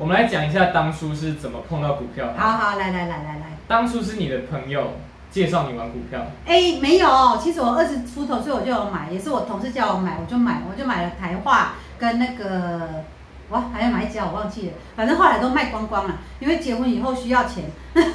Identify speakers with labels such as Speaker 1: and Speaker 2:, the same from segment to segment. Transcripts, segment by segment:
Speaker 1: 我们来讲一下当初是怎么碰到股票。
Speaker 2: 好好，来来来来来，
Speaker 1: 当初是你的朋友介绍你玩股票，
Speaker 2: 哎，没有，其实我二十出头，所以我就有买，也是我同事叫我买，我就买，我就买了台化跟那个，哇，还要买一家啊我忘记了，反正后来都卖光光了，因为结婚以后需要钱， 也不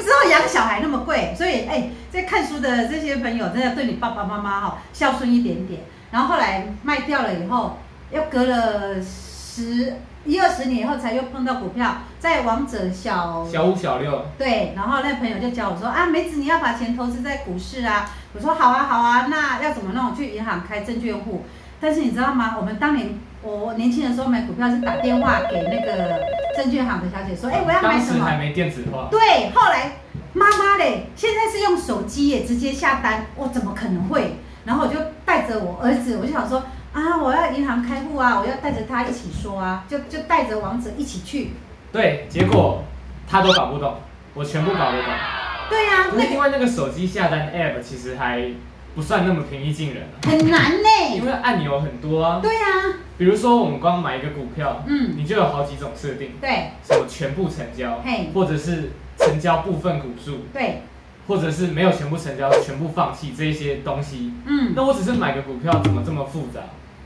Speaker 2: 知道养小孩那么贵，所以哎，在看书的这些朋友，真的对你爸爸妈妈哈孝顺一点点。然后后来卖掉了以后，又隔了十一二十年以后才又碰到股票，在王者小
Speaker 1: 小五小六，
Speaker 2: 对，然后那朋友就教我说啊，梅子你要把钱投资在股市啊。我说好啊好啊，那要怎么弄？去银行开证券户。但是你知道吗？我们当年我年轻的时候买股票是打电话给那个证券行的小姐说，哎、我要买
Speaker 1: 当
Speaker 2: 什
Speaker 1: 时还
Speaker 2: 么？
Speaker 1: 没电子化，
Speaker 2: 对，后来妈妈嘞，现在是用手机耶，直接下单，我怎么可能会？然后我就带着我儿子，我就想说啊，我要银行开户啊，我要带着他一起说啊，就就带着王子一起去。
Speaker 1: 对，结果他都搞不懂，我全部搞得懂。
Speaker 2: 对呀、
Speaker 1: 不
Speaker 2: 啊那
Speaker 1: 是
Speaker 2: 个
Speaker 1: 因为那个手机下单 app 其实还不算那么平易近人、啊，
Speaker 2: 很难
Speaker 1: 因
Speaker 2: 呢。
Speaker 1: 为按钮很多啊。
Speaker 2: 对呀、
Speaker 1: 比如说我们光买一个股票，
Speaker 2: 嗯，
Speaker 1: 你就有好几种设定，
Speaker 2: 对
Speaker 1: 什么全部成交
Speaker 2: 嘿，
Speaker 1: 或者是成交部分股数，
Speaker 2: 对，
Speaker 1: 或者是没有全部成交全部放弃这一些东西。
Speaker 2: 嗯
Speaker 1: 那我只是买个股票，怎么这么复杂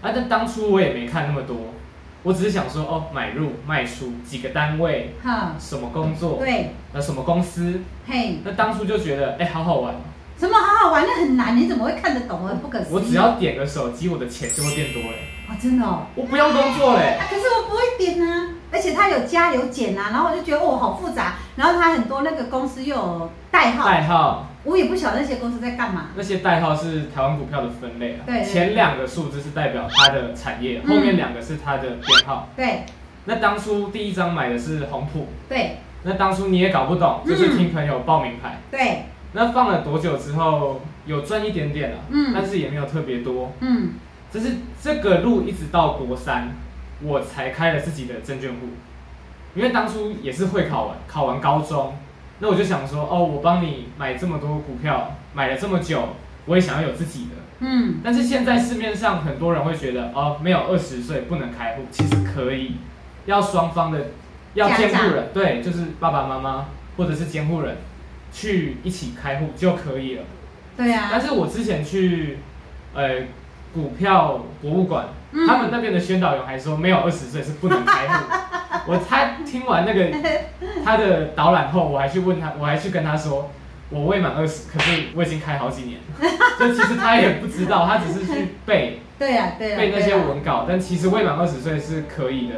Speaker 1: 啊？但当初我也没看那么多，我只是想说哦，买入卖出几个单位，
Speaker 2: 哈，
Speaker 1: 什么工作，
Speaker 2: 对，
Speaker 1: 呃，什么公司。
Speaker 2: 嘿，
Speaker 1: 那当初就觉得哎、好好玩哦。
Speaker 2: 什么好好玩的很难，你怎么会看得懂？啊很不可思议。
Speaker 1: 我只要点个手机，我的钱就会变多嘞，
Speaker 2: 啊，真的哦。
Speaker 1: 我不用工作嘞
Speaker 2: 啊。，可是我不会点啊，而且它有加有减啊，然后我就觉得哦，好复杂。然后它很多那个公司又有代号，
Speaker 1: 代号
Speaker 2: 我也不晓得那些公司在干嘛。
Speaker 1: 那些代号是台湾股票的分类啊，
Speaker 2: 对对
Speaker 1: 前两个数字是代表它的产业，
Speaker 2: 嗯
Speaker 1: 后面两个是它的编号。
Speaker 2: 对
Speaker 1: 那当初第一张买的是红普，
Speaker 2: 对
Speaker 1: 那当初你也搞不懂，
Speaker 2: 嗯
Speaker 1: 就是听朋友报名牌。
Speaker 2: 对，
Speaker 1: 那放了多久之后有赚一点点了、
Speaker 2: 嗯
Speaker 1: 但是也没有特别多。
Speaker 2: 嗯，
Speaker 1: 这是这个路一直到国三，我才开了自己的证券户，因为当初也是会考完，考完高中，那我就想说，哦，我帮你买这么多股票，买了这么久，我也想要有自己的。
Speaker 2: 嗯
Speaker 1: 但是现在市面上很多人会觉得，哦，没有二十岁不能开户，其实可以，要双方的，要
Speaker 2: 家
Speaker 1: 监护
Speaker 2: 长
Speaker 1: 人，对，就是爸爸妈妈或者是监护人去一起开户就可以了。
Speaker 2: 对
Speaker 1: 但
Speaker 2: 啊，
Speaker 1: 是我之前去，呃，股票博物馆，
Speaker 2: 嗯
Speaker 1: 他们那边的宣导员还说没有二十岁是不能开 户。我他听完那个他的导览后，我还去问他，我还去跟他说，我未满二十，可是我已经开好几年了。 就其实他也不知道，他只是去背
Speaker 2: 对啊，对啊，
Speaker 1: 背那些
Speaker 2: 对啊
Speaker 1: 文稿，但其实未满二十岁是可以的。